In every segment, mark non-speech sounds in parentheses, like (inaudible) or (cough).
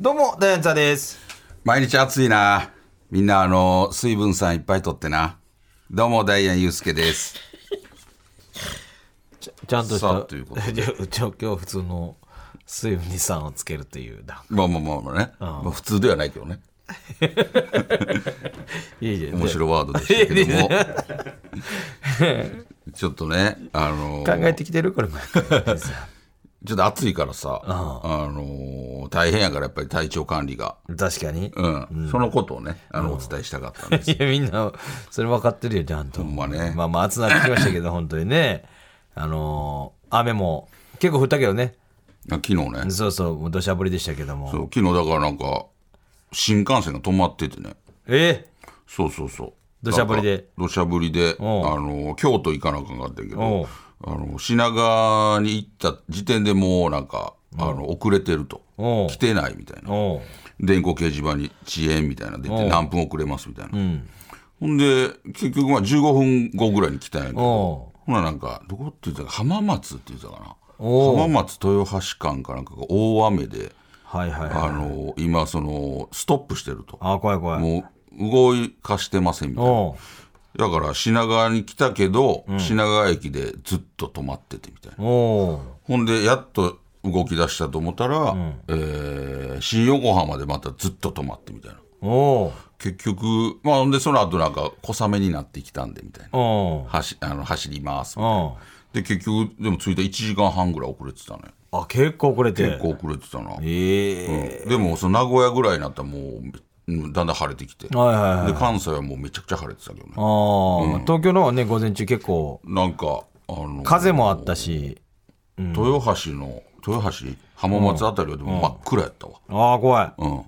どうも、ダイアンツァです。毎日暑いな。みんな、あの、水分散いっぱいとってな。どうも、ダイアンユースケです。ちゃんとした。さあということ (laughs) でじゃあじゃあ今日普通の水分に酸をつけるっていうだ。まあまあまあまあね。まあ、普通ではないけどね。いいじゃ面白ワードでしたけども。 (laughs) ちょっとね、あの、考えてきてるこ (laughs) れ前から。ちょっと暑いからさ、あの、大変やから、やっぱり体調管理が。確かに。うん。そのことをね、あの、お伝えしたかったん (laughs) です。いや、みんな、それ分かってるよ、ちゃんと。ほんまねまあまあ、暑なってきましたけど、本当にね。あのー雨も結構降ったけどね。昨日ね。そうそう、もう土砂降りでしたけどそも。う、昨日だからなんか、新幹線が止まっててね。えそうそうそう。土砂降りでなんか。土砂降りで、あおうの、京都行かなあかんかったけおどう、あの、品川に行った時点でもうなんか、あの、遅れてると。おう来てないみたいな。おう電光掲示板に遅延みたいな出おて、う何分遅れますみたいな。ほんで、結局まあ15分後ぐらいに来たんやけど、おほななんか、どこって言ってたか、浜松って言ってたかな。おう浜松豊橋間かなんかが大雨で、はいはいあはい。の、今その、ストップしてると。あ怖い怖い。もう、動かしてませんみたいな。おうだから品川に来たけど、品川駅でずっと止まっててみたいなおうほんでやっと動き出したと思ったら、えー新横浜でまたずっと止まってみたいなおう結局まあほんでその後なんか小雨になってきたんでみたいなおう走あの走りますみたいなおうで結局でも着いた1時間半ぐらい遅れてたねあ、結構遅れて。結構遅れてたな、ええうんでもその名古屋ぐらいになったらもううんだんだん晴れてきて、はいはいはい。で関西はもうめちゃくちゃ晴れてたけどねああ、東京のはね、午前中結構、なんかあの風もあったし、豊橋の豊橋浜松あたりはでも真っ暗やったわああ、怖い。うん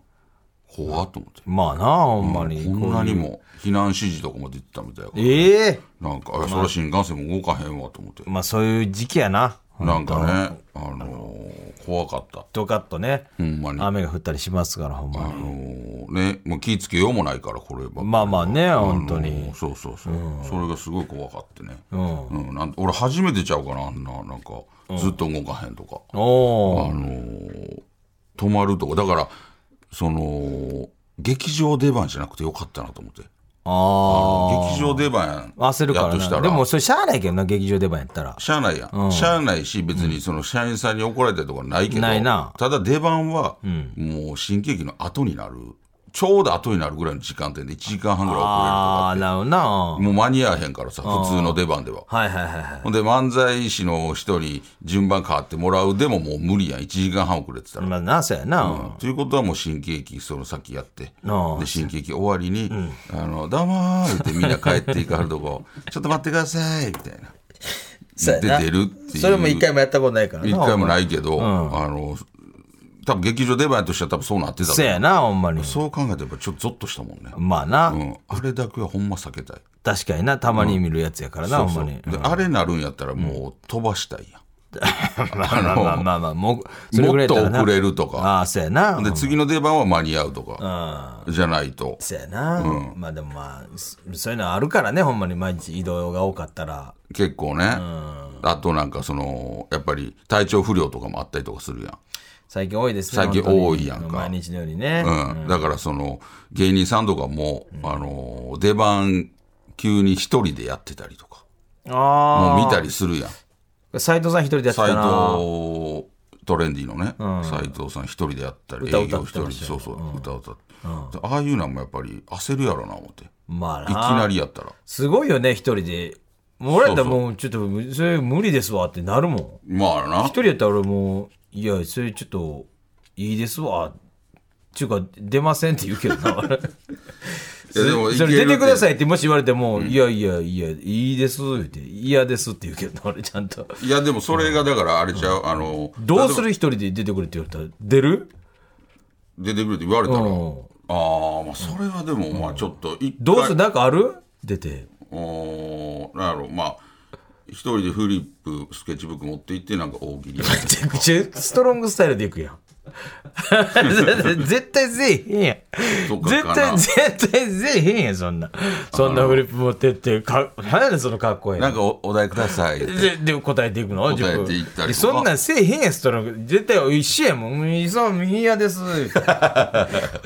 怖っと思ってまあなあ、ほんまに。こんなにも避難指示とかも出てたみたいやからええなんかあそら新幹線も動かへんわと思ってまあそういう時期やな。なんかねあのー怖かったドカッとね、ほんまにあ雨が降ったりしますから、ほんまに。のーねもう気ぃつけようもないからこればっかりまあまあね、あのー本当に。そうそうそう、それがすごい怖かってね、うんなん俺初めてちゃうかなあんななんかずっと動かへんとか、おおーあのー泊まるとこだからその劇場出番じゃなくてよかったなと思ってあ劇場出番あ。焦るかやらとしたな。らでもそれしゃあないけどな、劇場出番やったら。しゃあないやん、しゃあないし別にその社員さんに怒られたりとかないけどないなただ出番はもう新喜劇の後になるちょうど後になるぐらいの時間帯で1時間半ぐらい遅れるとかああ、なるほどな。もう間に合わへんからさ普通の出番でははいはいはいはほんで漫才師の人に順番変わってもらうでももう無理やん1時間半遅れてたらい。まあな、そうやな。ということはもう新喜劇そのさっきやってああで新喜劇終わりに「あのどうも」ってみんな帰っていかはるとこ (laughs) 「ちょっと待ってください」みたいな。 (laughs) そうやなで出るっていうそれも一回もやったことないからな。一回もい。ないけど、あの多分劇場出番としては多分そうなってたそうやな、ほんまに。そう考えてやっぱちょっとゾッとしたもんね、まあな。うん、あれだけはほんま避けたい確かにな、たまに見るやつやからな、ほんまに。であれなるんやったらもう飛ばしたいやん、 (laughs) まあまあまあまあまあ、もう、それぐらいやたらなもっと遅れるとかああ、そうやな。で次の出番は間に合うとか、じゃないとそうやな。まあでもまあ、そそういうのあるからね、ほんまに毎日移動が多かったら。結構ね、あとなんかそのやっぱり体調不良とかもあったりとかするやん最近多いですね。最近本当に多いやんか毎日のようにね。うん、だからその芸人さんとかも、あの出番急に一人でやってたりとかあもう見たりするやんあ。斎藤さん一人でやって斎たな。藤トレンディのね斎、藤さん一人でやったり歌営歌業っ一てま人しでたよそうそう、歌歌って、ああいうのもやっぱり焦るやろな思っていまあきなりやったらすごいよね、一人で。もう俺やったらもう、ちょっと、それ無理ですわってなるもん。まあな一人やったら俺もういやそれちょっといいですわちゅうか出ませんって言うけど (laughs) な俺いやでもいそけれる出てくださいってもし言われても、いやいやいやいいですって嫌ですって言うけどな (laughs) 俺ちゃんといやでもそれがだからあれちゃう、あのどうす例える一人で出てくれって言われたら出るば出てくれって言われたら、うんああ、まあ、それはでも、まあ、ちょっと、一回どうするなんかある出て。おーなんやろう、まあ、一人でフリップ、スケッチブック持って行って、なんか大喜利。めちゃくちゃストロングスタイルでいくやん。 (laughs) 絶対せえへんやん。そっ (laughs) か絶かな対、絶対せえへんやん、そんな。そんなフリップ持ってって、か、なんやねん、そのかっこええのなんかおお題ください。でで答えていくの答えていったりとか自分そんなんせえへんやんストローク絶対一緒やもんうん「いそう右やです」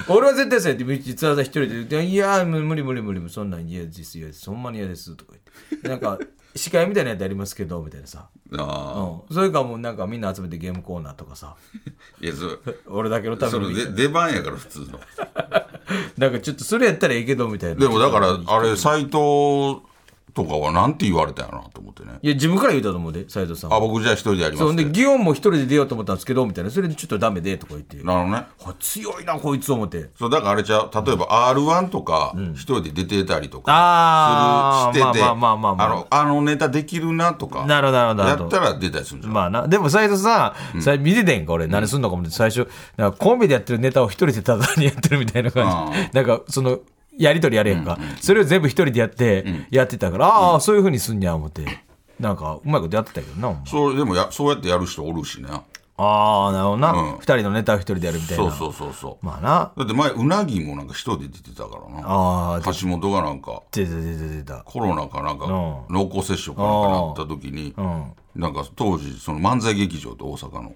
俺は絶対そうやって実は一人で言って「いやーもう無理無理無理そんなん嫌です嫌ですほんまに嫌です」とか言ってなんか司会みたいなやつありますけどみたいなさ、 (laughs) うああ、ん、それかもうなんかみんな集めてゲームコーナーとかさいや、そ俺だけのたそめれにで出番やから、普通の。なんかちょっとそれやったらええけどみたいなでも、だから、あれ、斎藤とかはなんて言われたんやろなと思ってね。いや自分から言うたと思うで斎藤さんはあ、僕じゃあ一人でやりまそうほすんっでて。祇園も一人で出ようと思ったんですけどみたいなそれでちょっとダメでとか言ってなるほどね。あ強いなこいつ思ってそうだからあれちゃう例えば R1 とか一人で出てたりとあかーするしててまああまあまあまあまのあのネタできるなとかなるほどなるほどなやるほっどたら出たりするんじゃん、まあなでも斎藤さん、さ見ててんか俺何すんのかもって最初なんかコンビでやってるネタを一人でただにやってるみたいな感じ、あなんかそのやり取りやれへんか、それを全部一人でやって、やってたからああそういうふうにすんにゃ思ってなんかうまいことやってたけどなお前そうでもやそうやってやる人おるしねああなるほどな、うん二人のネタを一人でやるみたいなそうそうそうそうまあなだって前うなぎもなんか一人で出てたからあなー橋本がなんか出た出た出たコロナかなんか濃う厚接触かなんかなった時にうんなんか当時その漫才劇場って大阪の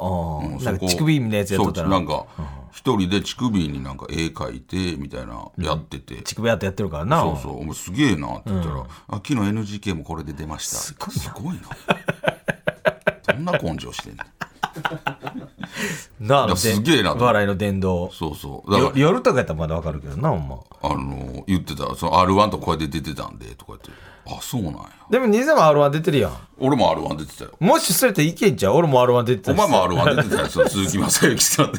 ああ、うんなんそかこ乳首みたいなやつやっとったそうならんか一人で乳首になんか絵描いてみたいなやってて、乳首やってやってるからなそうそう、お前すげえなって言ったら、あ昨日 NGK もこれで出ました。すごいな。どんな根性してんのなあいやすげえなと笑いの殿堂そうそう。だよから、夜とかやったらまだわかるけどなほんまあの、言ってた、その R1 とこうやって出てたんで、とか言って、あ、そうなんや。でも兄さんも R1 出てるやん。俺も R1 出てたよ。もしそれっていけんちゃう俺も R1 出てたおし前も R1 出てたよ、その鈴木正幸さんで。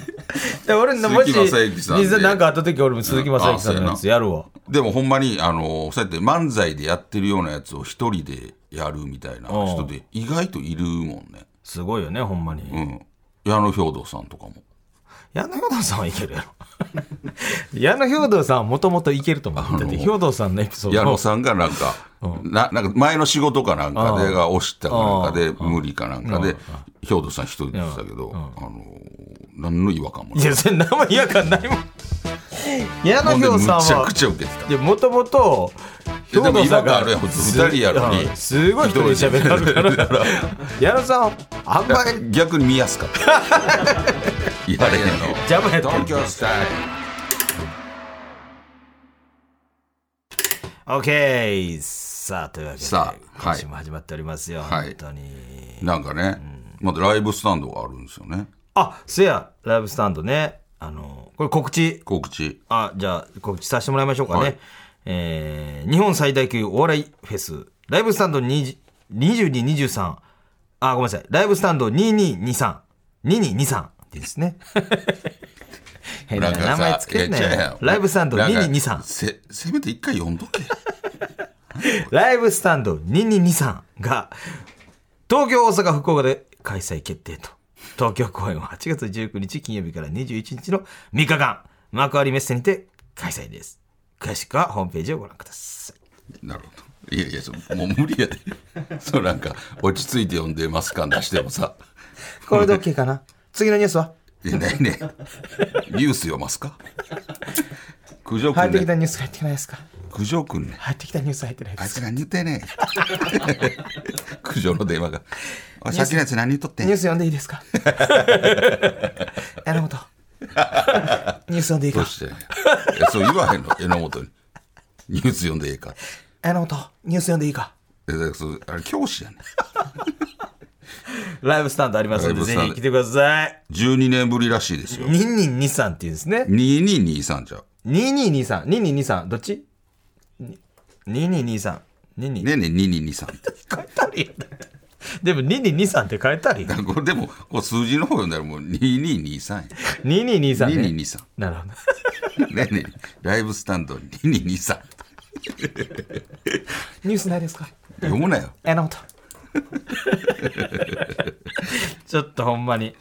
で俺のもし、鈴木雅之さんで兄さんなんかあった時俺も鈴木雅之さんのやつやるわ。でもほんまに、あの、そうやって漫才でやってるようなやつを一人でやるみたいな人で、意外といるもんね。すごいよね、ほんまに。うん。矢野兵道さんとかも。矢野兵道さんはいけるやろ。 (laughs) 矢野兵道さんはもともといけると思う。だって兵道さんのエピソード矢も野さんがなんか、ななんか前の仕事かなんかでが押したかなんかで無理かなんかで兵頭さん一人でしたけど、あの何の違和感もないや、それ何も違和感 (laughs) ないもん。矢野兵道さんほんでむちゃはく、ちゃ受けてたいや、もともと、やでも兵道さん違和感あるやん普通二人やのにうんすごい一人で喋って (laughs) るから。矢野さん、あんまり逆に見やすかった (laughs) いやあれやの邪魔やった。東京スタイル OK! さあ、というわけで、さあ今週も始まっておりますよ、はい本当に。なんかね、まだライブスタンドがあるんですよねあ、せや、ライブスタンドね。あの、これ告知、告知あ、じゃあ告知させてもらいましょうかね。はいえー日本最大級お笑いフェス、ライブスタンド20 22、23、あ、ごめんなさい、ライブスタンド2223、2223です (laughs) ね。変な名前つけんなえちゃうやよん。ライブスタンドなんか2223。せせめて一回読んどけライブスタンド2223が東京、大阪、福岡で開催決定と。東京公演は8月19日金曜日から21日の3日間、幕張メッセにて開催です。詳しくはホームページをご覧ください。なるほど。いやいや、そもう無理やで。 (laughs) そうなんか、落ち着いて読んでます感出してもさ。これで OK かな次のニュースはいや、 (laughs) ないね。ニュース読ますか苦情く (laughs) 入ってんきたね。ニュース入ってきてないですか苦情くんね。入ってきたニュース入ってないであいすつ何言って (laughs) んねん苦情の電話が。おいさっきのやつ何言っとってニんュース読んでいいです (laughs) か榎本。ニュース読んでいいどうかしてえそう言わへんの、 (laughs) 榎本に。ニュース読んでええか。榎本、ニュース読んでいいかえだからそうあれ、教師やねん。ライブスタンドありますのライで、ブスぜタンひド来てください。 12年ぶりらしいですよ。 2223っていうんですね。 2223じゃう。 2223、2223、どっちに ?2223、22。ねえねえ2223って。書いてあるやん。でも2223って書いてあるやん。 (laughs) これでも、こう数字の方読んだらもう2223や。 2223、ね。 2223。なるほど。ねえねえライブスタンド2223。ニュースないですか読む (laughs) なよ。え (laughs) なこと。ちょっとほんまに。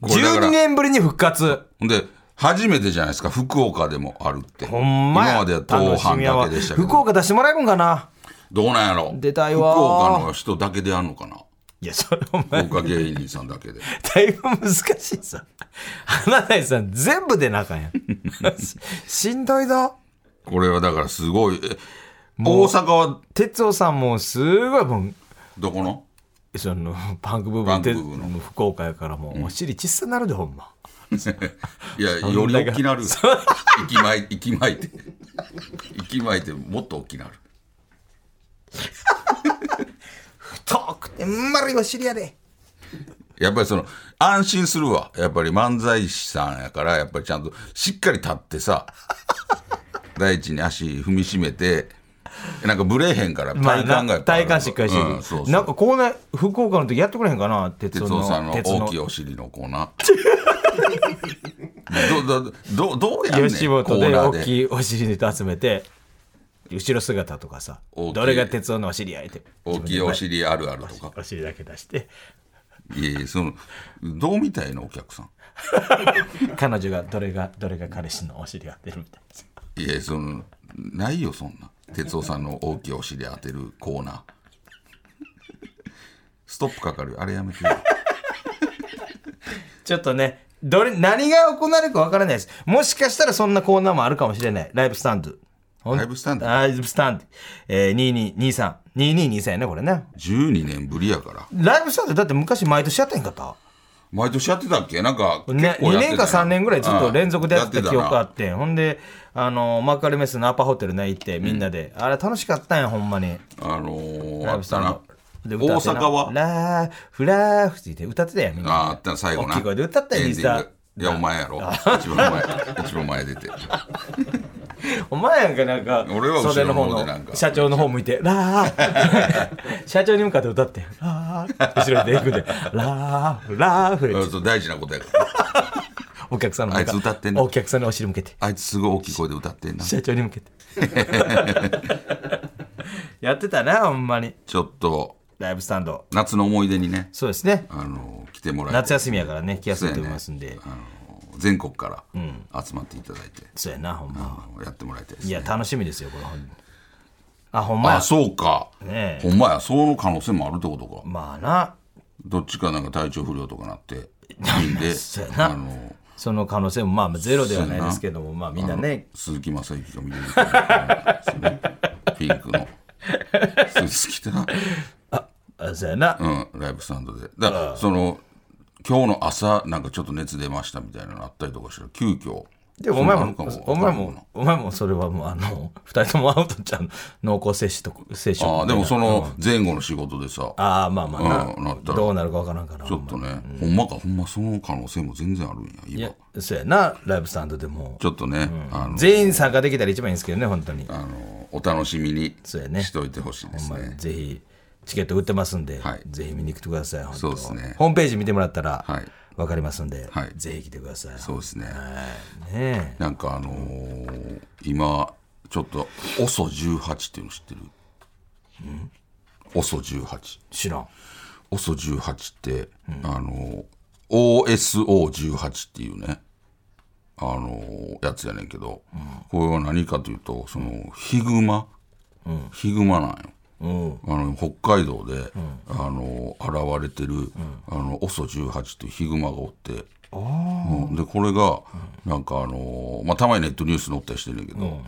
これだから12年ぶりに復活。ほんで、初めてじゃないですか、福岡でもあるって。ほんまや今までは楽東しみ阪やわだけでしたけ福ど。岡出してもらえるんかなどうなんやろ出たいわー福岡の人だけでやるの (laughs) かないやそれお前福岡芸人さんだけで。だいぶ難しいさ花大さん全部でなあかんやん (laughs) ししんどいぞこれはだからすごい。え大阪は哲夫さんもすごいもうどこ (laughs) のそのパンクブームパンでクブームの福岡やからもうお尻小さなるでほんま、いや、より大き (laughs) なる。息巻いて、息巻いて。息巻いて、もっと大きなる。遠くて丸いお尻やでやっぱりその、安心するわ。やっぱり漫才師さんやから、やっぱりちゃんとしっかり立っ (laughs) てさ、大地に足踏みしめて、なんかブレへんからまあ体感がやっぱあ体る感しっかりしてる、うんそうそうなんかこうね福岡の時やってくれへんかな哲哲夫の夫さんの鉄大きいお尻のコーナー。 (laughs) ど、ど、ど、どうやんねん。吉本コーでナー大きいお尻で集めて後ろ姿とかさ大きいどれが哲夫のお尻やいて大きいお尻あるあるとか。お尻だけ出していえいえ、その、どうみたいなお客さん。彼女がどれがどれが彼氏のお尻やってるみたいいやそのないよそんな哲夫さんの大きいお尻当てるコーナー (laughs) ストップかかるよあれやめてよなちょっとねどれ何が行われるかわからないですもしかしたらそんなコーナーもあるかもしれないライブスタンドほんライブスタンドライブスタンド、えー、2223 2223やねこれね12年ぶりやからライブスタンドだって昔毎年やってんかった毎年やってたっけなんか結構やね、ってたよ2年か3年ぐらいずっと連続でやってうんた記な憶あってほんであのマカルメスのアパホテルね行ってみんなで、あれ楽しかったんやほんまにあのー、ライあブっスタたンなドで大歌ってな阪はラーフラーフって言って歌ってたやんみんなああったな最後大なきい声で歌ったよエンディンミスグいやお前やろ一番前一番 (laughs) 前出てお前やんかなんか俺は後袖ろのの方方でのなんか社長の方向いて「ラ (laughs) ー」社長に向かって歌って「ラー」後ろで行くんで「ラーラーフ」うんそう大事なことやからお客さんのあいつ歌ってんのお客さんのお尻向けてあいつすごい大きい声で歌ってんな社長に向け (laughs) てやってたなほんまにちょっとライブスタンド夏の思い出にねそうですねあのー来てもらえたら夏休みやからね来やすいと思いますんであの全国から集まっていただいて、そうやなほんまあのやってもらいたいです、いね、や楽しみですよこれほんあほんまあやそうか、ねえほんまやその可能性もあるってことかまあなどっちかなんか体調不良とかなっていいん (laughs) でそうやなあのその可能性もまあゼロではないですけどもまあみんなねあの鈴木雅之が見れるかもしれないです (laughs) ねピンクのスーツ着てな、あそうやなうん、ライブスタンドでだからその今日の朝なんかちょっと熱出ましたみたいなのあったりとかしたら急遽でもお前そんなのあるもかお前もお前もそれはもうあの2人と (laughs) もアウトちゃんの濃厚接触と接触みたいあなあでもその前後の仕事でさああまあまあうんななったらどうなるかわからんからちょっとね、ほんまか、ほんまその可能性も全然あるんや、い今や。そうやなライブスタンドでもちょっとね、あの、全員参加できたら一番いいんですけどね本当にあのお楽しみにそうやねしといてほしいでほんすまね。ぜひチケット売ってますんで、はいぜひ見に来てください本当そうですねホームページ見てもらったらはいわかりますんで、はいぜひ来てくださいそうですね。ねなんかあのー今、ちょっと、OSO18 っていうの知ってる ?OSO18。え知らん OSO18 って、あのー OSO18 っていうね、あのーやつやねんけど、これは何かというと、その、ヒグマ、ヒグマなんよ。うんあの北海道で、あの現れてる、あの OSO18 っていうヒグマがおって、うんでこれがなんかあの、まあ、たまにネットニュース載ったりしてるんやけど、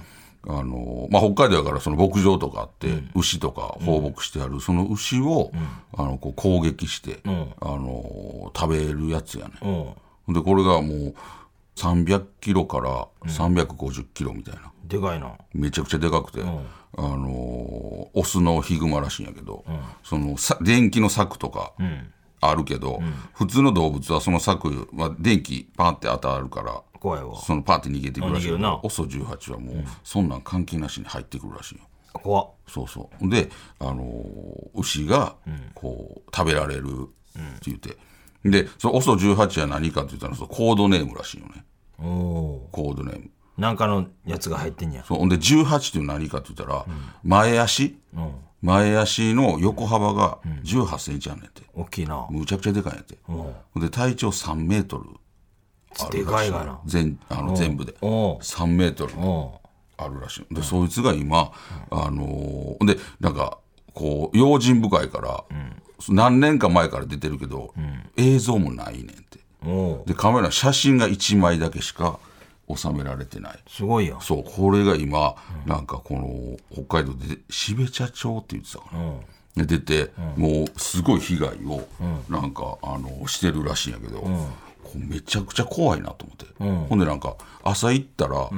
あのまあ、北海道やからその牧場とかあって、牛とか放牧してある、その牛を、あのこう攻撃して、あの食べるやつやね、うんでこれがもう300キロから350キロみたいな。でかいなめちゃくちゃでかくて、あのーオスのヒグマらしいんやけど、そのさ電気の柵とかあるけど、普通の動物はその柵、まあ、電気パーって当たるから怖いわそのパーって逃げてくるらしい逃げるな OSO18 はもう、そんなん関係なしに入ってくるらしいよ。怖っそうそうで、あのー牛がこう食べられるって言って、でその OSO18 は何かって言ったらそのコードネームらしいよねおおコードネーム。ーなんかのやつが入ってんやそうほんで18っていうのは何かって言ったら、前足、前足の横幅が1 8ンチあんねんて、大きいなむちゃくちゃでかいんやって、ほんで体長3メートルあでるからしいいがな全あの全部でおう3メートルおあるらしいで、そいつが今、あのーでなんかこう用心深いから、何年か前から出てるけど、映像もないねんってうおうでカメラ写真が1枚だけしか収められてないすごいよそうこれが今、なんかこの北海道で標茶町って言ってたかな、で出て、もうすごい被害をなんか、あのしてるらしいんやけど、こうめちゃくちゃ怖いなと思って、ほんでなんか朝行ったら、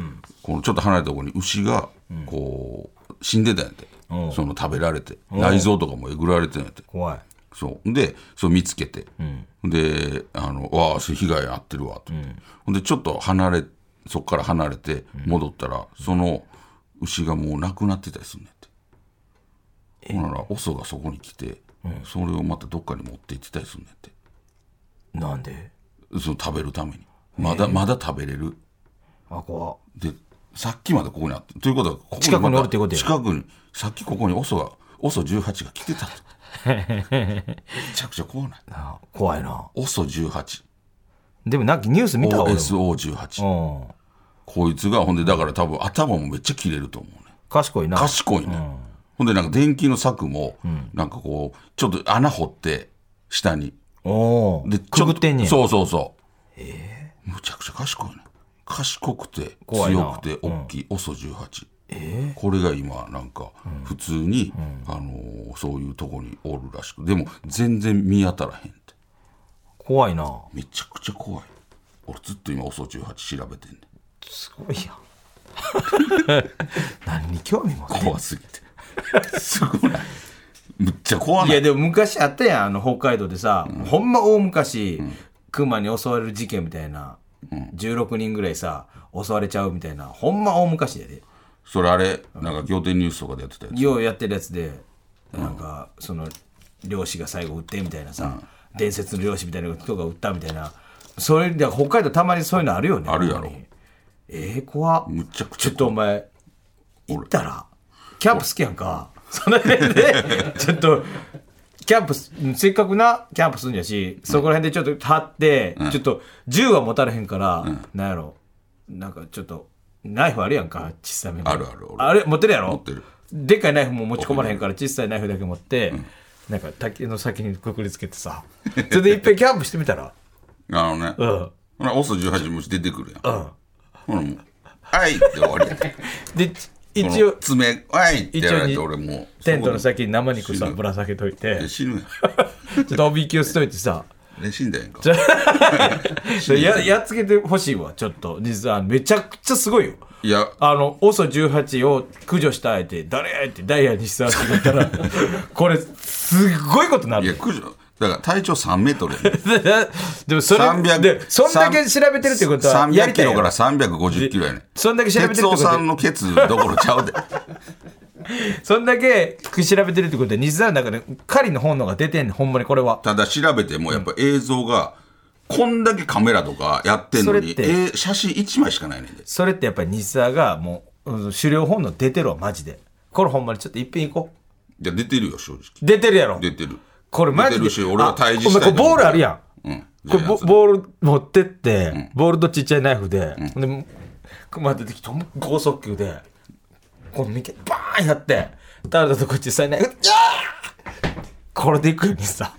このちょっと離れたところに牛がこう死んでたんやって、その食べられて、内臓とかもえぐられてんやって、怖いそうでそれ見つけて、であの「わあそれ被害に遭ってるわ」と思って、ほんでちょっと離れそこから離れて戻ったら、その牛がもう亡くなってたりすんねんってほんならオソがそこに来て、それをまたどっかに持って行ってたりすんねんってなんでその食べるためにまだまだ食べれるあ怖でさっきまでここにあったということはここに近くにまたおるってことや近くにさっきここにオソがオソ18が来て (laughs) たとめちゃくちゃ怖ないな怖いなオソ18でもなんかニュース見たわ俺 OSO18 もうんこいつがほんでだから多分頭もめっちゃ切れると思うね賢いな賢いね、ほんでなんか電気の柵もなんかこうちょっと穴掘って下におおでちくょぐってんねやそうそうそうええむちゃくちゃ賢いね賢くて怖いな強くて大きい OSO18 これが今なんか普通に、あのーそういうとこにおるらしくでも全然見当たらへんって怖いなめちゃくちゃ怖い俺ずっと今 OSO18 調べてんねんすごいやん (laughs) 何に興味持ってんの怖すぎてすごないむっちゃ怖いないやでも昔あったやんあの北海道でさ、ほんま大昔、熊に襲われる事件みたいな、16人ぐらいさ襲われちゃうみたいなほんま大昔やでそれあれなんか仰天ニュースとかでやってたやつようやってるやつでなんかその漁師が最後撃ってみたいなさ、伝説の漁師みたいな人が撃ったみたいなそれで北海道たまにそういうのあるよねあるやろほんまにええ怖っむちゃくちちょゃっとお前行ったらキャンプ好きやんかその辺 (laughs) でちょっとキャンプすせっかくなキャンプするんやしそこら辺でちょっと立って、ちょっと銃は持たれへんから、なんやろなんかちょっとナイフあるやんか小さめのあるある俺あれ持ってるやろ持ってるでっかいナイフも持ち込まれへんから小さいナイフだけ持って、なんか竹の先にくくりつけてさそれでいっぺんキャンプしてみたらあのねうほんら OSO18 虫出てくるやんうんほらもう「はい!」って終わりやんで (laughs) 一この応爪「はい!」ってやら一れて応に俺もうテントのそこ先に生肉さ死ぬぶら下げといでて死ぬやんちょっとおびきをしといてさで死んだや (laughs) んかでややっつけてほしいわちょっと実はめちゃくちゃすごいよいやあの OSO18 を駆除した相手誰やってダイヤにしたって言った (laughs) らこれすっごいことにないるやよ九条だから体長3メートルやねん (laughs) でもそれ300でそんだけ調べてるってことはやりた300キいよロから350キロやねんそんだけ調べてるって哲こと夫さんのケツどころちゃうでそんだけ調べてるってことは西澤の中で狩りの本能が出てんねんほんまにこれはただ調べてもやっぱ映像がこんだけカメラとかやってんのにそれってえ写真1枚しかないねんでそれってやっぱり西澤がもう、うん狩猟本能出てるわマジでこれほんまにちょっと一品行こういや出てるよ正直出てるやろ出てるこれマジで出てるし俺は退治あしたいとお前これボー思うルあるやん、うんこれボーボール持ってって、ボールとちっちゃいナイフで、ほん、で熊出てきてほんま剛速球でこの右手バーンやって倒れたとこ小さいナイフいやーこれでいくよに (laughs) さ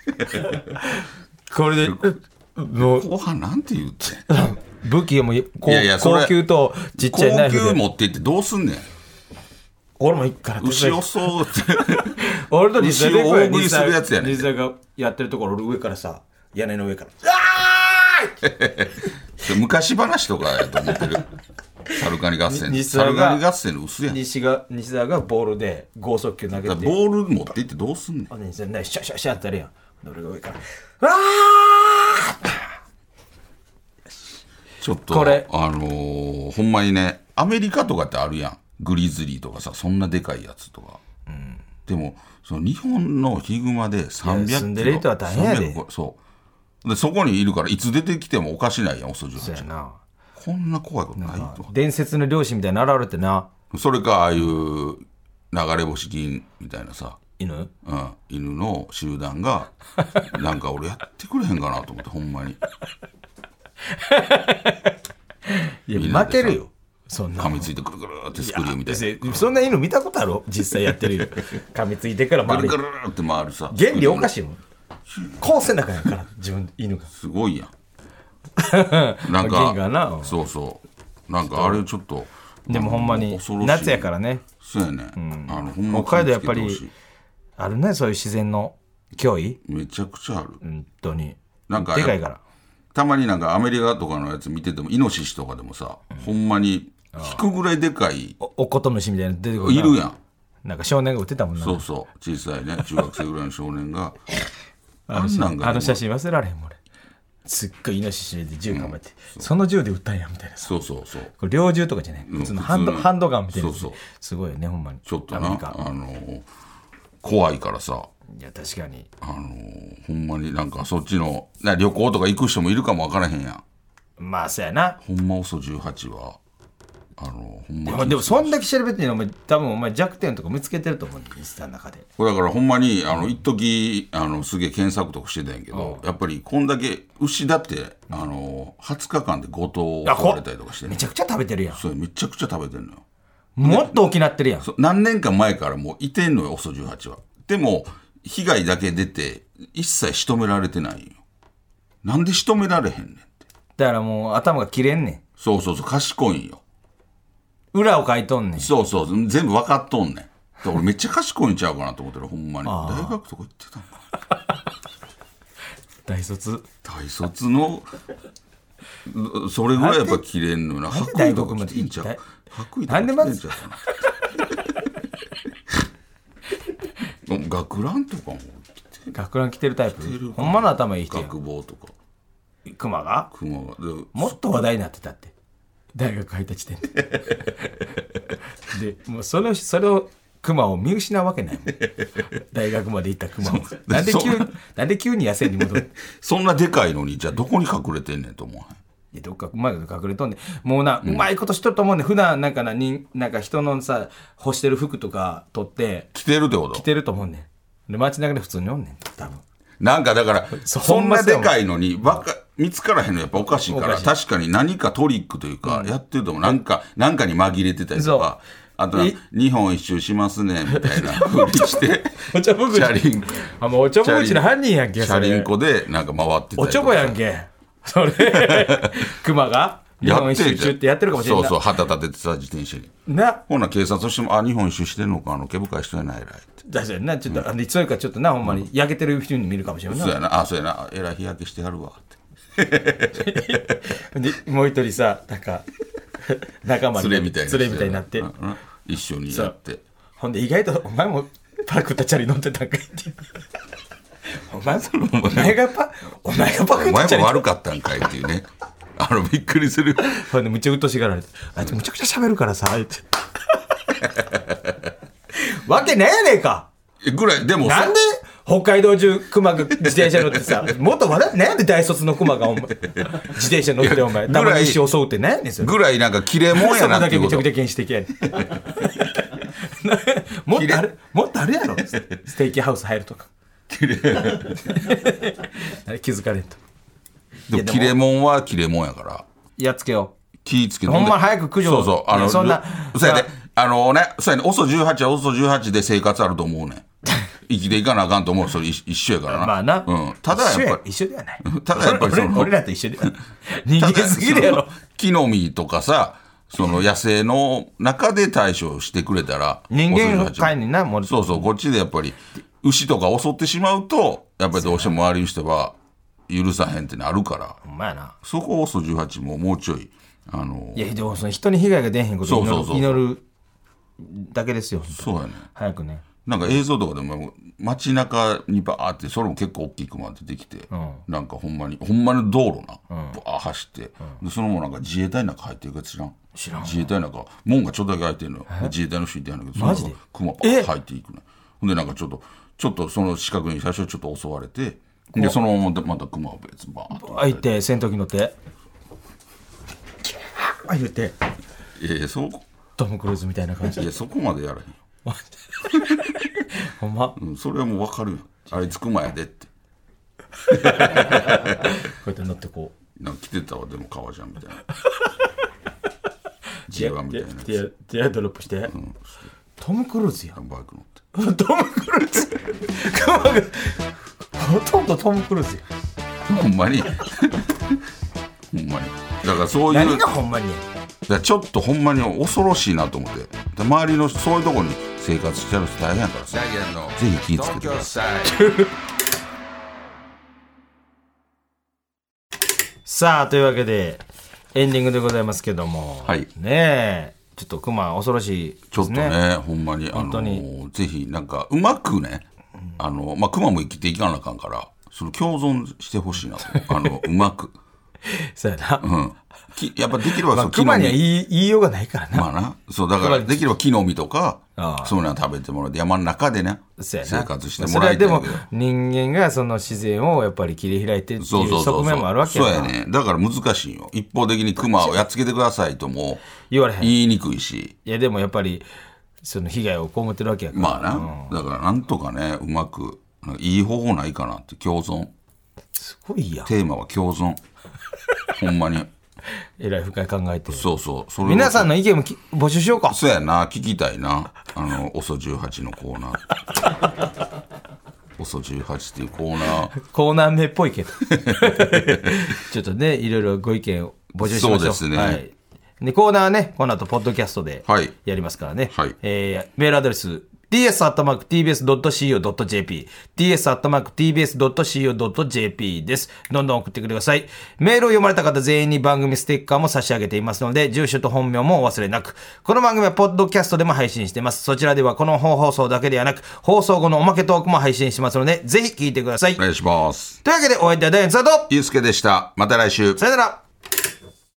これでもう後半なんて言うって (laughs) 武器も高いやいやそれ高級とちっ高ちゃいナイフ級で持って行ってどうすんねん俺も行くから手伝い牛をそうって (laughs) 俺と西牛田をで大食いするやつやね西ん田がやってるところ俺上からさ屋根の上から昔話とかやと思ってるサルカニ合戦にサルカニ合戦の薄やんだ西が西田がボールで剛速球投げからてボール持って行ってどうすんねんほんで西田がシャシャシャってやるやん俺が上から「わーちょっとこれあのーほんまにねアメリカとかってあるやんグリズリーとかさそんなでかいやつとか、でもその日本のヒグマで300キロ住んでる人は大変やで300そうでそこにいるからいつ出てきてもおかしないやん OSO18 なこんな怖いことないと伝説の漁師みたいに現れてなそれかああいう流れ星銀みたいなさ、犬うん、犬 (laughs) の集団がなんか俺やってくれへんかなと思ってほんまにいやみんな負でけさるよそんな噛みついてくるくるってスクリューみたいな別にそんな犬見たことある実際やってる (laughs) よ噛みついてからぐ回るるぐるって回るさ原理おかしいいもんこうせなあかんやから自分犬がす (laughs) ごいやんな原んか理がなそうそうなんかあれちょっとでもほんまに恐ろしい夏やからねそうやね、あのほんま北海道やっぱ気りをつけてほしあるねそういう自然の脅威いめちゃくちゃある本当になんかでかいからたまになんかアメリカとかのやつ見ててもイノシシとかでもさ、ほんまに引くぐらいでかいおおことむしみたいなの出てくるいなるやんなんか少年が売ってたもんなそうそう小さいね中学生ぐらいの少年があんなん (laughs) があの写真忘れられへんもん俺すっごいイノシシで銃構えて、その銃で撃ったんやみたいなさそうそうそうこれ猟銃とかじゃねうん普通のハンド,、普通のハンドガンみたいなやつそうそうすごいよねほんまにちょっとアメなリあカのー怖いからさいや確かにあのーほんまになんかそっちのな旅行とか行く人もいるかもわからへんやんまあそうやなほんま OSO18 はあのーほんでまにもでもそんだけ調べてんのお前多分お前弱点とか見つけてると思うねインスタの中でこれだからほんまにあの一時あのすげえ検索とかしてたんやけど、やっぱりこんだけ牛だってあの20日間で5頭あ襲こわれたりとかしてめねちゃくちゃ食べてるやんそれめちゃくちゃ食べてんのよもっと大きなってるやんそう何年か前からもういてんのよ OSO18 はでも被害だけ出て一切仕留められてないんよなんで仕留められへんねんってだからもう頭が切れんねそうそうそう賢いんよん裏をかいとんねんそうそう全部分かっとんねんだから俺めっちゃ賢いんちゃうかなと思ってるほんまに大学とか行ってたんだ大卒大卒のうそれぐらいやっぱ切れんのよな白衣とか着てんちゃなんうで白衣となかんで着てんちゃうかな学ランとかも学ラン着てるタイプてるほんまの頭いい人や学ん帽とかクマが熊がでもっと話題になってたって大学入った時点ででもうそれをそれをクマを見失うわけないもん大学まで行ったクマをなんで急にそうなんで急に野生に戻るそんなでかいのにじゃあどこに隠れてんねんと思わへんでどっかうまいこと隠れとんでもうな、うまいことしとると思うねん普段なんかなになんか人のさ干してる服とか取って着てるってこと着てると思うねんで街中で普通におんねん多分なんかだから、そそんほんまなそうでやもんかいのに、ばっか、見つからへんのやっぱおかしいか、おからしい確かに何かトリックというか、やってるともなんか、なんかに紛れてたりとか、あとはえ、日本一周しますね、みたい (laughs) なふうにして、おちょぼ口チャリン、あもうおちょぼ口の犯人やんけチそャれリンコでなんか回ってたりとかおちょぼやんけそれ (laughs) クマが日や本っ一て周んじゃん中ってやってるかもしれんないそうそう、旗立ててた自転車に。なほな、警察としても、あ、日本一周してんのか、あの、毛深い人やないらいって。確かになちょっと、あのそういうかちょっとなほんまに焼けてる人に見るかもしれんそうなやな、あ、そうやな、あえらい日焼けしてやるわ、って。 (laughs) でもう一人さなんか (laughs) 仲間に連れみたいな。連れみたいになってうんうん一緒にやって。ほんで意外とお前もパクったチャリ乗ってた (laughs) んかいっていうお前もお前がパお前がパクおったチャリ前も悪かったんかいっていうね。あの、びっくりする。ほんでむちゃうっとしがられてあいつむちゃくちゃ喋るからさ言って (laughs) わけねえやねえかぐらい、でもさ (laughs) なんで北海道中クマが自転車乗って (laughs) さもっと笑ってなんで大卒のクマがお前自転車乗ってお前いやたぐまらにい石襲うって何やねんそれぐらいなんか綺麗もんやそこなっだていけめうこちゃくとち。ゃ原始的や (laughs) ねんもっとあれもっとあるや (laughs) ろステーキハウス入るとかあれ気づかれんとでも綺麗もんは綺麗もんやから。やっつけよ気ぃつけてほんま早く駆除そうそう。あの、ねそんなルそうやで。あのね、そうやね、OSO18 は OSO18 で生活あると思うねん。生きていかなあかんと思う。それ一一緒やからうな。まあな、うん。ただやっぱり。一緒や一緒ではないただやっぱりその俺俺らと一緒ではない人間すぎるやろただその木の実とかさ、その野生の中で対処してくれたら、人間 OSO18 も界になもうそうそう、こっちでやっぱり、牛とか襲ってしまうと、やっぱりどうしても周りの人は許さへんってなるから、ほんまやなそこを OSO18 ももうちょい、あのい、やでもその人に被害が出へんことを祈るそうそうそう祈るだけですよ本当そうやね。早くねなんか映像とかでも街中にバーってそれも結構大きい熊出てきて、なんかほんまにほんまの道路な、バー走って、でそのもなんか自衛隊の中入ってるか知らん知らん自衛隊の中門がちょっとだけ開いてるのよで自衛隊の人いてんだけどそのマジで中熊バー入っていくねほんでなんかちょっとちょっとその近くに最初ちょっと襲われてでそのまままた熊を別にバーンとあいて戦闘機乗ってあ言うていやいやそトム・クルーズみたいな (laughs) 感じいやそこまでやらへんよほんまこうんそれはもう分かるやんあいつ熊やでってうやって乗ってこうなんか着てたわでも革ジャンみ (laughs) たいなジーワンみたいなやつティアティアドロップして、トム・クルーズやんバイク乗ってトム・クルーズ熊がほとんどトム・クルーズやほんまにほんまにだからそういう何がほんまにやだからちょっとほんまに恐ろしいなと思ってで周りのそういうとこに生活してる人大変やからさぜひ気ぃつけてくださいさあというわけでエンディングでございますけども、はいねえちょっとクマ恐ろしいですねちょっとねほんまにあ本当のにぜひなんかうまくねあのまあ熊も生きていかなあかんからその共存してほしいなとあのうまく、そうやな、うん、きやっぱできれば (laughs) まそあ、のクマには木の実言い言いようがないからな、 (laughs) まあなそうだからできれば木の実とかああそういうのは食べてもらって山の中でねそう生やな活してもらいたいけそれはどでも人間がその自然をやっぱり切り開いてっていそうそううそ側うそ面うもあるわけそうややなねだから難しいよ一方的にクマをやっつけてくださいとも言われへんい言いにくいしやでもやっぱりその被害を被ってるわけやから、まあなだからなんとかねうまくなんかいい方法ないかなって共存すごいやんテーマは共 (laughs) 存ほんまにえらい深い考えてそうそうそれを皆さんの意見もき募集しようかそうやな聞きたいなあの OSO18 のコーナー (laughs) OSO18 っていうコーナーコーナー名っぽい (laughs) けどちょっとねいろいろご意見を募集しましょうそうですねはいでコーナーはねこの後ポッドキャストではいやりますからね、はいえーメールアドレス ts.tbs.co.jp ts.tbs.co.jp です。どんどん送ってください。メールを読まれた方全員に番組ステッカーも差し上げていますので、住所と本名もお忘れなく。この番組はポッドキャストでも配信しています。そちらではこの本放送だけではなく、放送後のおまけトークも配信しますので、ぜひ聞いてくださいお。願いしますというわけで、お相手はダイアンツだと、ゆうすけでしたまた来週さよなら